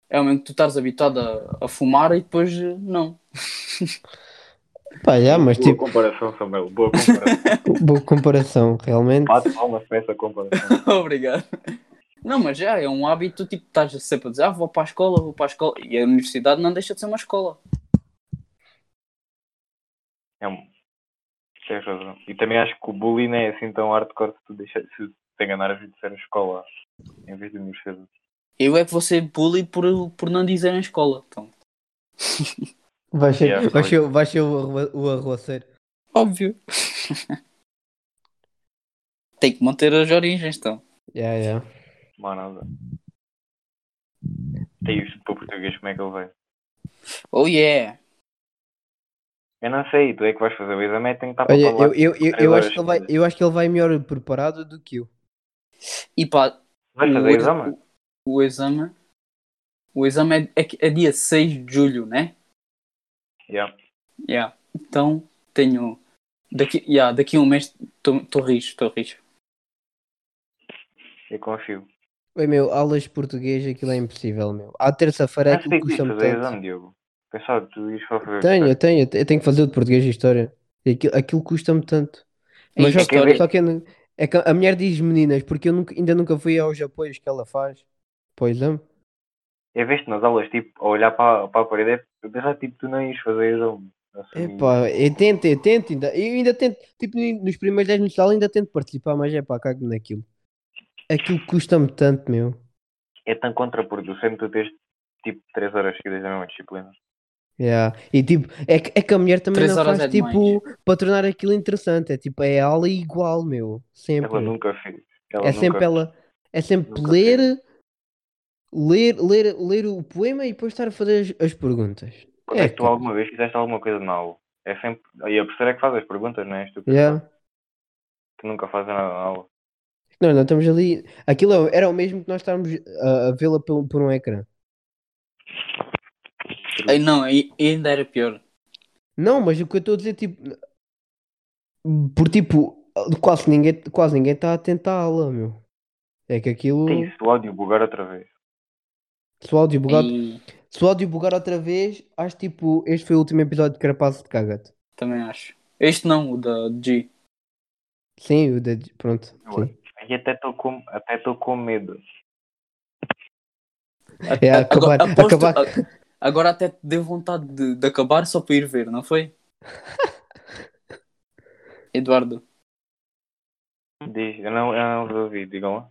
B: É o momento que tu estás habituado a, a fumar e depois eh, não.
C: Pá, já, mas
A: Boa
C: tipo,
A: comparação, Samuel. Boa comparação.
C: boa comparação, realmente.
A: Bate palmas para essa comparação.
B: Obrigado. Não, mas já é um hábito, tipo, estás sempre a dizer, ah, vou para a escola, vou para a escola. E a universidade não deixa de ser uma escola.
A: É um... Tens razão. E também acho que o bullying é assim tão hardcore se tu deixas se te enganares de ser a escola em vez de universidade.
B: Eu é que vou ser bully por, por não dizer em escola. Então,
C: Vai ser,
A: Yeah,
C: vai ser, vai ser o, arroa- o arroaceiro.
B: óbvio. Tem que manter as origens, então.
C: Yeah, yeah.
A: Tá Mas nada. Tem isto para o português, como é que ele vai?
B: Oh yeah!
A: Eu não sei, tu é que vais fazer o exame, é que tem que estar
C: Olha,
A: para falar.
C: eu, eu, eu,
A: três
C: eu,
A: horas
C: acho que ele vai,
A: seguidas.
C: eu acho que ele vai melhor preparado do que eu.
B: E pá,
A: Vais fazer o exame?
B: o, o exame O exame é, é, é dia 6 de julho, né?
A: Yeah.
B: Yeah. Então tenho. Daqui, yeah, daqui a um mês estou rijo, estou rijo.
A: Eu confio.
C: Oi, meu, aulas de português, aquilo é impossível, meu. À terça-feira é
A: Mas
C: aquilo
A: tem
C: que
A: que ir
C: custa-me
A: fazer
C: tanto.
A: exame, Diogo. Pensava que tu ias só fazer.
C: Tenho, eu tenho, eu tenho que fazer o de português e história. E aquilo, aquilo custa-me tanto.
B: Em
C: Mas só-
A: história-
C: só que eu não- é que a mulher diz meninas, porque eu nunca- ainda nunca fui aos apoios que ela faz. Pois não?
A: Eu vejo-te nas aulas, tipo, a olhar para, para a parede, eu pensava tipo, tu não ias fazer exame. Assim,
C: Epá, eu tento, eu tento, ainda, eu ainda tento, tipo, no- nos primeiros 10 minutos de aula ainda tento participar, mas é pá, cago naquilo. Aquilo custa-me tanto, meu.
A: É tão contraproducente tu tens tipo 3 horas seguidas da mesma disciplina.
C: Yeah. E tipo, é que, é que a mulher também
B: Três
C: não
B: horas
C: faz
B: é demais.
C: tipo para tornar aquilo interessante. É tipo, é aula igual, meu. Sempre.
A: Ela nunca fez. Ela
C: é
A: nunca
C: sempre ela. É sempre
A: nunca
C: ler, ler, ler, ler o poema e depois estar a fazer as, as perguntas.
A: Quando
C: É
A: é que tu
C: que-
A: alguma vez fizeste alguma coisa na aula? É sempre. E a professora é que faz as perguntas, não é? És Tu que,
C: Yeah.
A: que nunca fazes nada na aula.
C: Não, não estamos ali. Aquilo é- era o mesmo que nós estarmos a, a vê-la por, por um ecrã.
B: Ei, não, e- e ainda era pior.
C: Não, mas o que eu estou a dizer, tipo. Por tipo, quase ninguém quase ninguém está atento à aula, meu. É que aquilo.
A: Tem isso, o áudio bugar outra vez.
C: Se o áudio bugar,
B: E
C: se o áudio bugar outra vez, acho tipo, este foi o último episódio de Carapaço de Cagate.
B: também acho. Este não, o da G.
C: Sim, o da. Pronto.
A: Eu
C: Sim.
A: Aí até estou com, até tô com medo.
B: A-
C: É,
B: a-
C: acabar-
B: agora- aposto-
C: acabar-
B: a- agora até te deu vontade de, de acabar só para ir ver, não foi? Eduardo,
A: Diz, eu não, eu não vos ouvi, digam lá.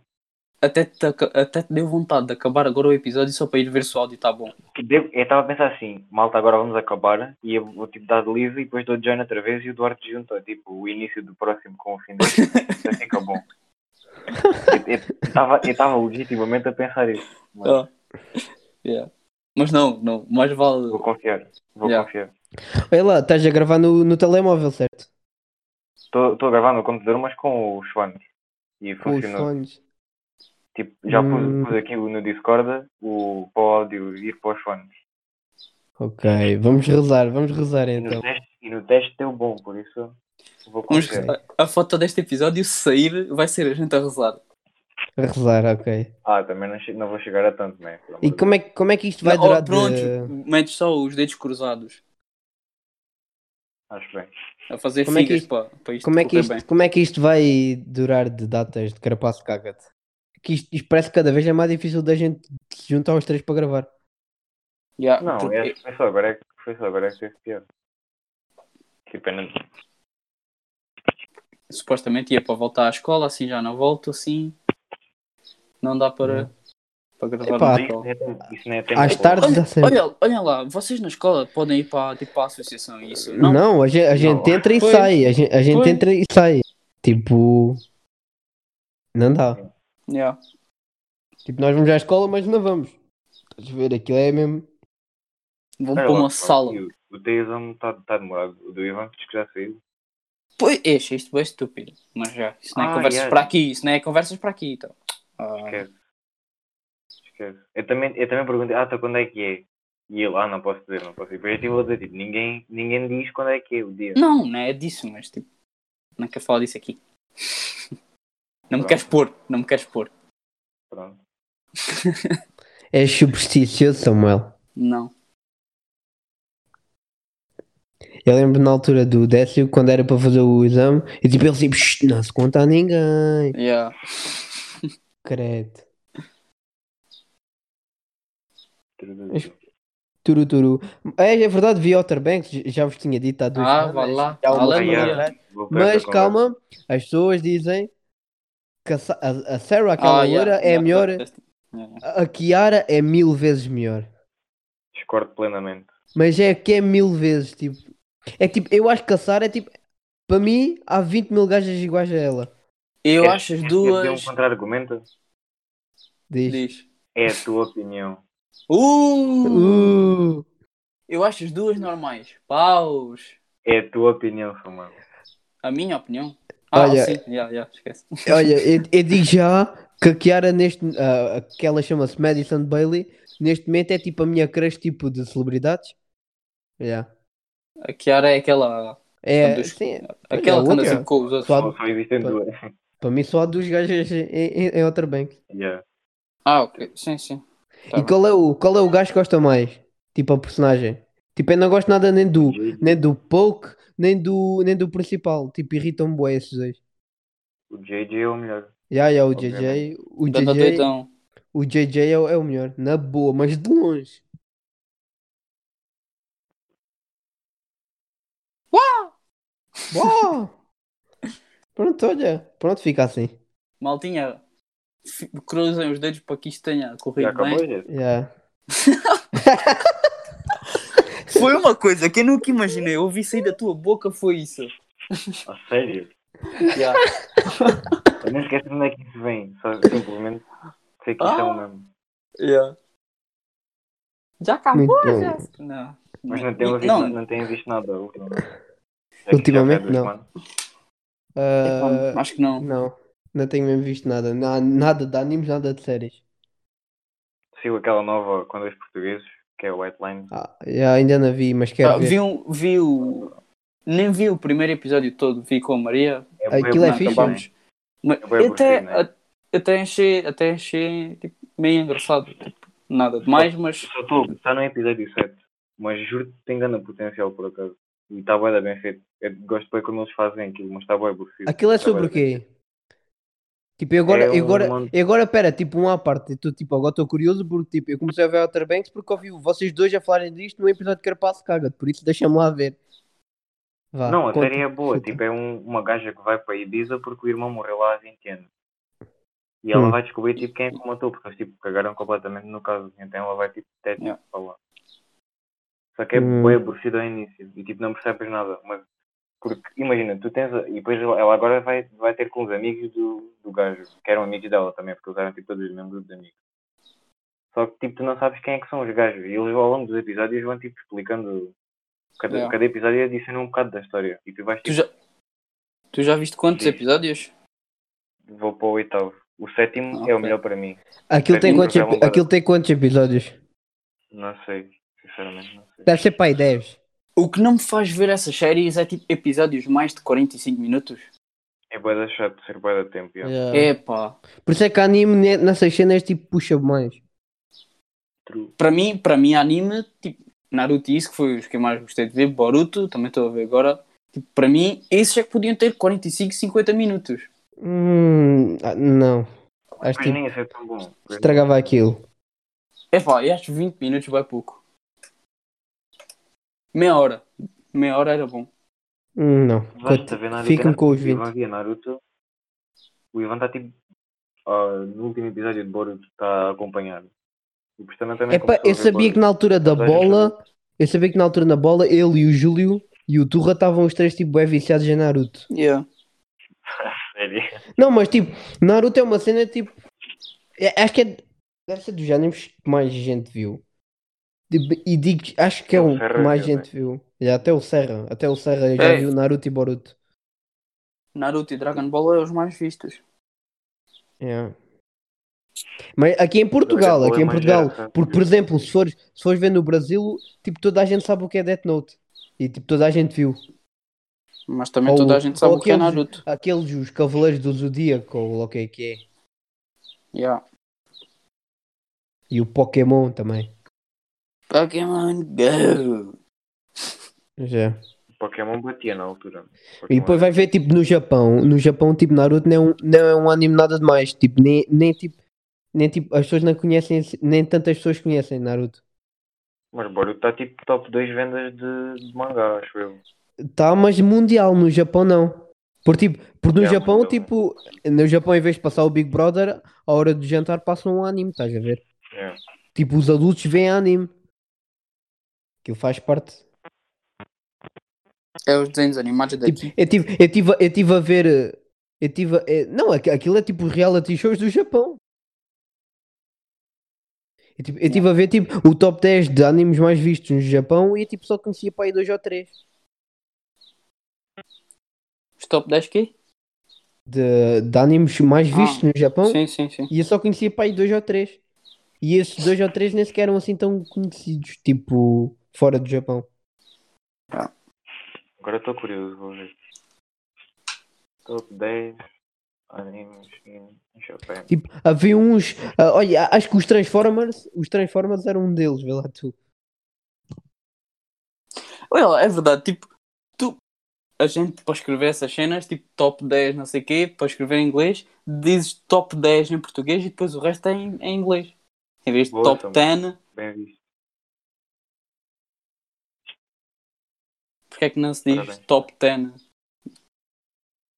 B: até te, aca- até te deu vontade de acabar agora o episódio só para ir ver se o áudio está bom.
A: Que devo- Eu estava a pensar assim, malta, agora vamos acabar. E eu vou tipo dar de livre e depois dou de join outra vez e o Duarte junta, tipo, o início do próximo com o fim do Então fica bom. Eu estava legitimamente a pensar isso. Mas
B: Ah. Yeah. Mas não, não, mais vale.
A: Vou confiar, vou
B: Yeah.
A: confiar.
C: Olha lá, estás a gravar no, no telemóvel, certo?
A: Estou a gravar no computador, mas com os fones. E
C: Com os
A: funcionou.
C: fones.
A: Tipo, já pus,
C: Hum.
A: pus aqui o- no Discord o, para o áudio ir para os fones.
C: Ok, vamos rezar, vamos rezar
A: E no,
C: então.
A: teste, e no teste deu bom, por isso vou
B: Vamos-
A: confiar.
B: a, a foto deste episódio, se sair, vai ser a gente a rezar.
C: A rezar, ok.
A: Ah, também não, che- não vou chegar a tanto, né? Pelo amor
C: E
A: de
C: como é, que- como é que isto vai
B: Não, oh,
C: durar? de-
B: pronto, metes só os dedos cruzados
A: Deus, Acho bem.
B: a fazer
C: Como é que
B: figas
C: isto-
B: para, para isto
C: Como é, que
B: correr
C: isto, como é que isto vai durar de datas de carapaço de cagate? Que isto, isto parece que cada vez é mais difícil da gente se juntar os três para gravar.
B: bem. Yeah,
A: Não,
B: porque-
A: é, foi só agora é que foi só agora é que teve pior. Tipo, eu não,
B: supostamente ia para voltar à escola, assim já não volto, assim não dá para, para gravar na escola.
C: Uhum. Epá,
A: isso, não é tempo- isso não é tempo
C: Ah, tá. Às
A: bom.
C: tardes
B: Olha,
C: dá sempre.
B: Olha, olha lá, vocês na escola podem ir para, tipo, para a associação e isso.
C: Não,
B: Não,
C: a gente, a gente entra e
B: Pois.
C: sai. A gente, a gente
B: Pois.
C: entra e sai. Tipo. Não dá.
B: Yeah.
C: Tipo, nós vamos à escola, mas não vamos. Estás a ver? Aquilo é mesmo.
B: vão
A: Olha
B: para
A: lá,
B: uma
A: pá,
B: sala.
A: Ah, e O, o da exame está tá demorado. O do Ivan diz que já saiu.
B: Pois, este, isto é estúpido, mas já, isso não é
A: Ah,
B: conversas
A: yeah.
B: para aqui, isso não é conversas para aqui, então. Ah,
A: Esquece. Esquece. Eu também, eu também perguntei, ah, então quando é que é? E ele, ah, não posso dizer, não posso dizer. Depois eu estive a dizer, tipo, ninguém, ninguém diz quando é que é o dia.
B: não, não é disso, mas tipo, não quero falar disso aqui. Não me
A: Pronto.
B: queres pôr, não me queres pôr.
A: Pronto.
C: É supersticioso, Samuel.
B: Não.
C: Eu lembro na altura do Décio, quando era para fazer o exame, e tipo, ele tipo, "Shh, não se conta a ninguém.
B: Yeah.
C: Credo.
A: Tudo
C: Mas-
A: bem.
C: Turu, turu. É, é verdade, vi Outer Banks, já vos tinha dito há duas
B: Ah,
C: semanas,
B: vá lá.
C: já há uma
A: Aleluia.
C: semana atrás.
A: ah, Vou para
C: né? Mas
A: essa
C: calma, as pessoas dizem que a Sa- a a Sarah, aquela
B: Ah, yeah,
C: loira, é
B: yeah,
C: melhor,
B: yeah.
C: a Kiara é mil vezes melhor.
A: conversa. Discordo plenamente.
C: Mas é que é mil vezes, tipo. É que, tipo, eu acho que a Sara é tipo. Para mim, há 20 mil gajas iguais a ela.
B: Eu
A: Queres-
B: acho as
A: queres dizer
B: duas.
A: um contra-argumento?
C: Diz.
B: Diz.
A: É a tua opinião.
B: Uh,
C: Uh,
B: Eu acho as duas normais. Paus.
A: É a tua opinião, Samuel.
B: A minha opinião. Ah,
C: Olha-
B: sim. Já, já, esquece.
C: olha, eu, eu digo já que a Kiara neste. ah, aquela chama-se Madison Bailey. neste momento é tipo a minha crush tipo de celebridades. Yeah.
B: A Kiara é aquela.
C: É,
B: Dos-
C: sim,
B: Aquela
C: a
B: que anda
C: única.
B: sempre com os outros.
C: Só-
A: Só, só existem
C: Pá.
A: duas.
C: para mim só há duas gajas em, em, em outra bank.
A: Yeah.
B: Ah, ok. Sim, sim. Tá
C: e
B: bem.
C: qual é, o, qual é o gajo que gosta mais? Tipo a personagem. Tipo, eu não gosto nada nem do, nem do Poke, nem do, nem do principal. Tipo, irritam-me bué esses dois.
A: O JJ é o melhor.
C: Já, já, o JJ.
A: Obviamente.
C: O
B: Ganda
C: JJ,
B: doidão.
C: o JJ é, o- é o melhor. Na boa, mas de longe. Uau! Pronto, olha. Pronto, fica assim.
B: Maltinha, fi- cruzem os dedos para que isto tenha
A: Já
B: corrido
A: acabou,
B: bem.
A: gente?
C: Já.
B: Foi uma coisa que eu nunca imaginei. Eu ouvi sair da tua boca, foi isso.
A: A Ah, sério?
B: Yeah.
A: Eu nem esqueço de onde é que isso vem. Só simplesmente sei que isso é o mesmo.
B: Yeah. Já acabou,
C: Muito bom.
B: já. Não.
A: Mas não tenho, visto,
B: não,
A: não. tenho visto nada ultimamente. Já que é
C: Ultimamente,
A: já foi há duas
C: não.
A: semanas.
B: É
C: Ah,
B: acho que não.
C: não, não tenho mesmo visto nada. Na- nada de animes, nada de séries.
A: Sigo aquela nova com dois portugueses, que é o White Line.
C: Ah, já, ainda não vi, mas quero
B: Ah,
C: ver.
B: vi, um, vi o. Nem vi o primeiro episódio todo, vi com a Maria.
A: É bué
C: Aquilo é
A: bonito,
C: fixe,
A: também.
C: né?
B: Mas
A: É bem
B: até,
A: aborrecido, né?
B: a- até achei, até achei tipo, meio engraçado. Tipo, nada demais, mas.
A: Só estou, está no episódio 7, mas juro que tem grande potencial por acaso. E está bué da bem feito. Eu gosto bem quando eles fazem aquilo, mas está bué aborrecido.
C: Aquilo é
A: Tá bué
C: sobre o
A: da bem
C: quê? Tipo, eu agora,
A: É
C: eu agora,
A: um-
C: eu agora, pera, tipo, uma à parte, eu tô, tipo, agora estou curioso porque, tipo, eu comecei a ver Outer Banks porque ouvi vocês dois a falarem disto no episódio que era passo caga, por isso deixa-me lá ver. Vá,
A: Não, a
C: conta,
A: série é boa.
C: chuta.
A: Tipo, é um- uma gaja que vai para Ibiza porque o irmão morreu lá há 20 anos. E ela
C: Hum.
A: vai descobrir tipo, quem é que o matou, porque eles tipo, cagaram completamente no caso. Então ela vai tipo, até tipo,
B: Yeah.
A: para lá. Só que é
C: Hum.
A: bem aborrecido ao início e tipo, não percebes nada. Mas, porque imagina, tu tens. a- E depois ela ela agora vai, vai ter com os amigos do, do gajo, que eram amigos dela também, porque eles eram tipo todos os membros dos amigos. Só que tipo, tu não sabes quem é que são os gajos. E eles ao longo dos episódios vão tipo explicando. Cada,
B: Yeah.
A: cada episódio adiciona um bocado da história. E tu vais
B: Tu
A: tipo,
B: já, tu já viste quantos
A: Sim.
B: episódios?
A: tipo, vou para o oitavo. O sétimo
B: Ah,
A: é o
B: ok.
A: melhor para mim.
C: Aquilo, tem
A: Sim,
C: quantos,
A: é uma
C: epi-
A: boa.
C: aquilo tem quantos episódios?
A: Não sei, sinceramente, não sei.
C: Deve ser para aí 10.
B: O que não me faz ver essas séries é tipo episódios mais de 45 minutos.
A: É bué da chato ser bué da tempo, yeah.
C: Já.
B: Epá.
C: Por isso é que anime ne- nessas cenas, tipo, puxa mais.
A: True.
B: Para mim, para mim, anime, tipo, Naruto e isso, que foi os que eu mais gostei de ver, Boruto, também estou a ver agora. Tipo, para mim, esses é que podiam ter 45, 50 minutos.
C: Hum, ah, não. Acho
A: Mas
C: que tipo,
A: nem ia ser tão bom. Pois
C: estragava aquilo.
B: Epá, eu acho 20 minutos vai pouco. Meia hora. Meia hora era bom.
C: Hum, Não.
A: não. Vais
C: Conta-
A: a ver Naruto,
C: Fica-me
A: né?
C: com os
A: O Ivan
C: 20.
A: via Naruto. O Ivan está tipo. ah, no último episódio de Boruto está a acompanhar. E por isso também também
C: Epá,
A: é começou a
C: eu
A: ver
C: sabia que
A: Boruto.
C: na altura da
A: Toda a gente
C: bola,
A: sabia.
C: eu sabia que na altura da bola, ele e o Júlio e o Turra estavam os três tipo bem viciados em Naruto.
B: Yeah.
A: Sério.
C: Não, mas tipo, Naruto é uma cena tipo. é- acho que é. Deve ser dos animes que mais gente viu. Tipo, E digo, acho que é
A: O
C: o que
A: Serra
C: mais
A: viu, né? É.
C: gente viu. Já, até o Serra, até o Serra já
B: Ei.
C: viu Naruto e Boruto.
B: Naruto e Dragon Ball é os mais vistos.
C: Yeah. É. Mas aqui em Portugal,
A: Dragon Ball
C: aqui
A: é
C: em
A: mais
C: Portugal,
A: geração.
C: porque por exemplo, se fores, se fores ver no Brasil, tipo, toda a gente sabe o que é Death Note. E tipo, toda a gente viu.
B: Mas também
C: Ou-
B: toda a gente sabe
C: ou
B: o que é
C: aqueles-
B: Naruto.
C: Aqueles, os Cavaleiros do Zodíaco, ou o que é que é.
B: Yeah.
C: E o Pokémon também.
B: Pokémon Go.
C: Já.
A: Pokémon batia na altura.
C: E depois vai ver, tipo, no Japão. No Japão, tipo, Naruto não é um, não é um anime nada demais. Tipo, nem, nem, tipo, nem, tipo, as pessoas não conhecem, nem tantas pessoas conhecem Naruto.
A: Mas Boruto está tipo top 2 vendas de, de mangá, acho eu.
C: Tá, mas mundial, no Japão não. Por, tipo, porque no
A: É,
C: Japão,
A: mundial.
C: tipo, no Japão, em vez de passar o Big Brother, à hora do jantar passam um anime, estás a ver?
A: É.
C: Tipo, os adultos veem anime. Aquilo faz parte.
B: É os desenhos animados daqui.
C: Tipo, eu tive, eu tive, eu tive a ver. eh, Eu tive a- eh, não, aqu- aquilo é tipo os reality shows do Japão. Eu tive, eu tive a ver tipo o top 10 de animes mais vistos no Japão e eu, tipo só conhecia para aí 2 ou 3
B: Os top 10 quê?
C: de, de animes mais
B: Ah,
C: vistos no Japão
B: Sim, sim, sim.
C: e eu só conhecia para aí 2 ou 3. E esses dois ou três nem sequer eram assim tão conhecidos, tipo, fora do Japão.
A: Agora estou curioso, vou ver. Top 10 animes em em Japão.
C: Tipo, havia uns. ah, olha, acho que os Transformers, os Transformers eram um deles, vê lá tu.
B: Olha, é verdade, tipo, tu, a gente para escrever essas cenas, tipo top 10, não sei o quê, para escrever em inglês, dizes top 10 em português e depois o resto é em, em inglês. Em vez de
A: Boa, então.
B: top
A: também.
B: 10,
A: Bem visto.
B: porque é que não se diz
A: Parabéns.
B: top 10?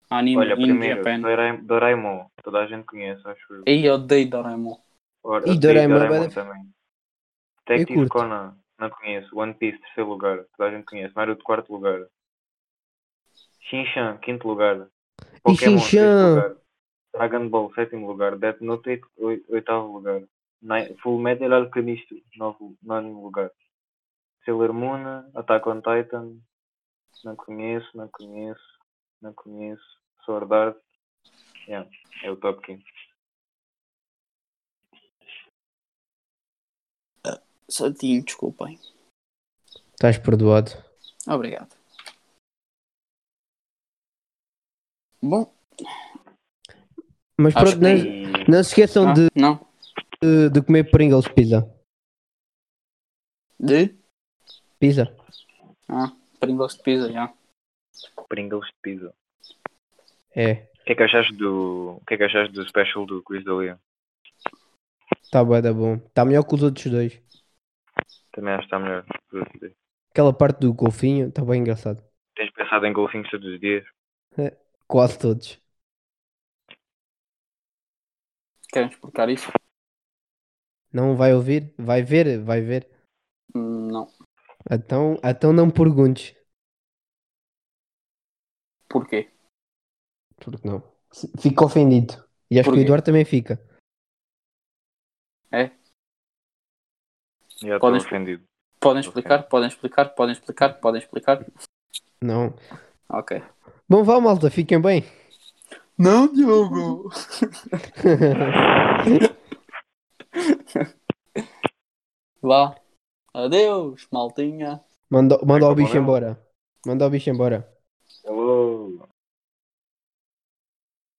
B: Anime
A: Olha,
B: in
A: primeiro,
B: Japan.
A: Dora- Doraemon. Toda a gente conhece, acho eu.
B: Aí eu odeio Doraemon.
A: Ora,
C: Ih,
A: sim,
C: Doraemon, agora-
A: também. Detective
C: curto.
A: Conan, não conheço. One Piece, terceiro lugar. Toda a gente conhece. Naruto, quarto lugar. Shinchan, quinto lugar. Pokémon, sexto
C: Shin-chan?
A: lugar. Dragon Ball, sétimo lugar. Death Note, oito- oi- oitavo lugar. Ni- Full Metal Alchemist, novo, nono lugar. Sailor Moon, Attack on Titan. Não conheço, não conheço, não conheço. Sword Art. Yeah, é o top 15.
B: Só tinha, desculpem.
C: Estás perdoado.
B: Obrigado. Bom,
C: Mas
B: Acho
C: pronto, né? não,
A: E-
C: não se esqueçam
B: ah,
C: Então de,
B: não.
C: de, de comer Pringles pizza.
B: De
C: Pizza.
B: Pringles de pizza, já.
A: Pringles de pizza.
C: É,
A: O que é que achaste do. O que é que achaste do special do Quiz da Liga?
C: tá bem, tá bom. Tá melhor que os outros dois.
A: Também acho que está melhor.
C: Aquela parte do golfinho, tá bem engraçado.
A: Tens pensado em golfinhos todos os dias?
C: Quase todos.
B: Querem explicar isso?
C: Não vai ouvir? Vai ver? Vai ver.
B: Hum, Não.
C: Então, então não perguntes.
B: Porquê?
C: Porque não. Fico ofendido. E acho que o
B: Porquê?
C: Eduardo também fica.
A: Já estou
B: Podem explicar.
A: ofendido.
B: Podem
A: Ok.
B: explicar, podem explicar, podem explicar, podem explicar.
C: Não.
B: Ok.
C: Bom, vá, malta, fiquem bem.
B: Não, Diogo! Vá. Adeus, maltinha.
C: manda manda o
A: Acabou
C: bicho
A: mesmo?
C: embora. Manda o bicho embora.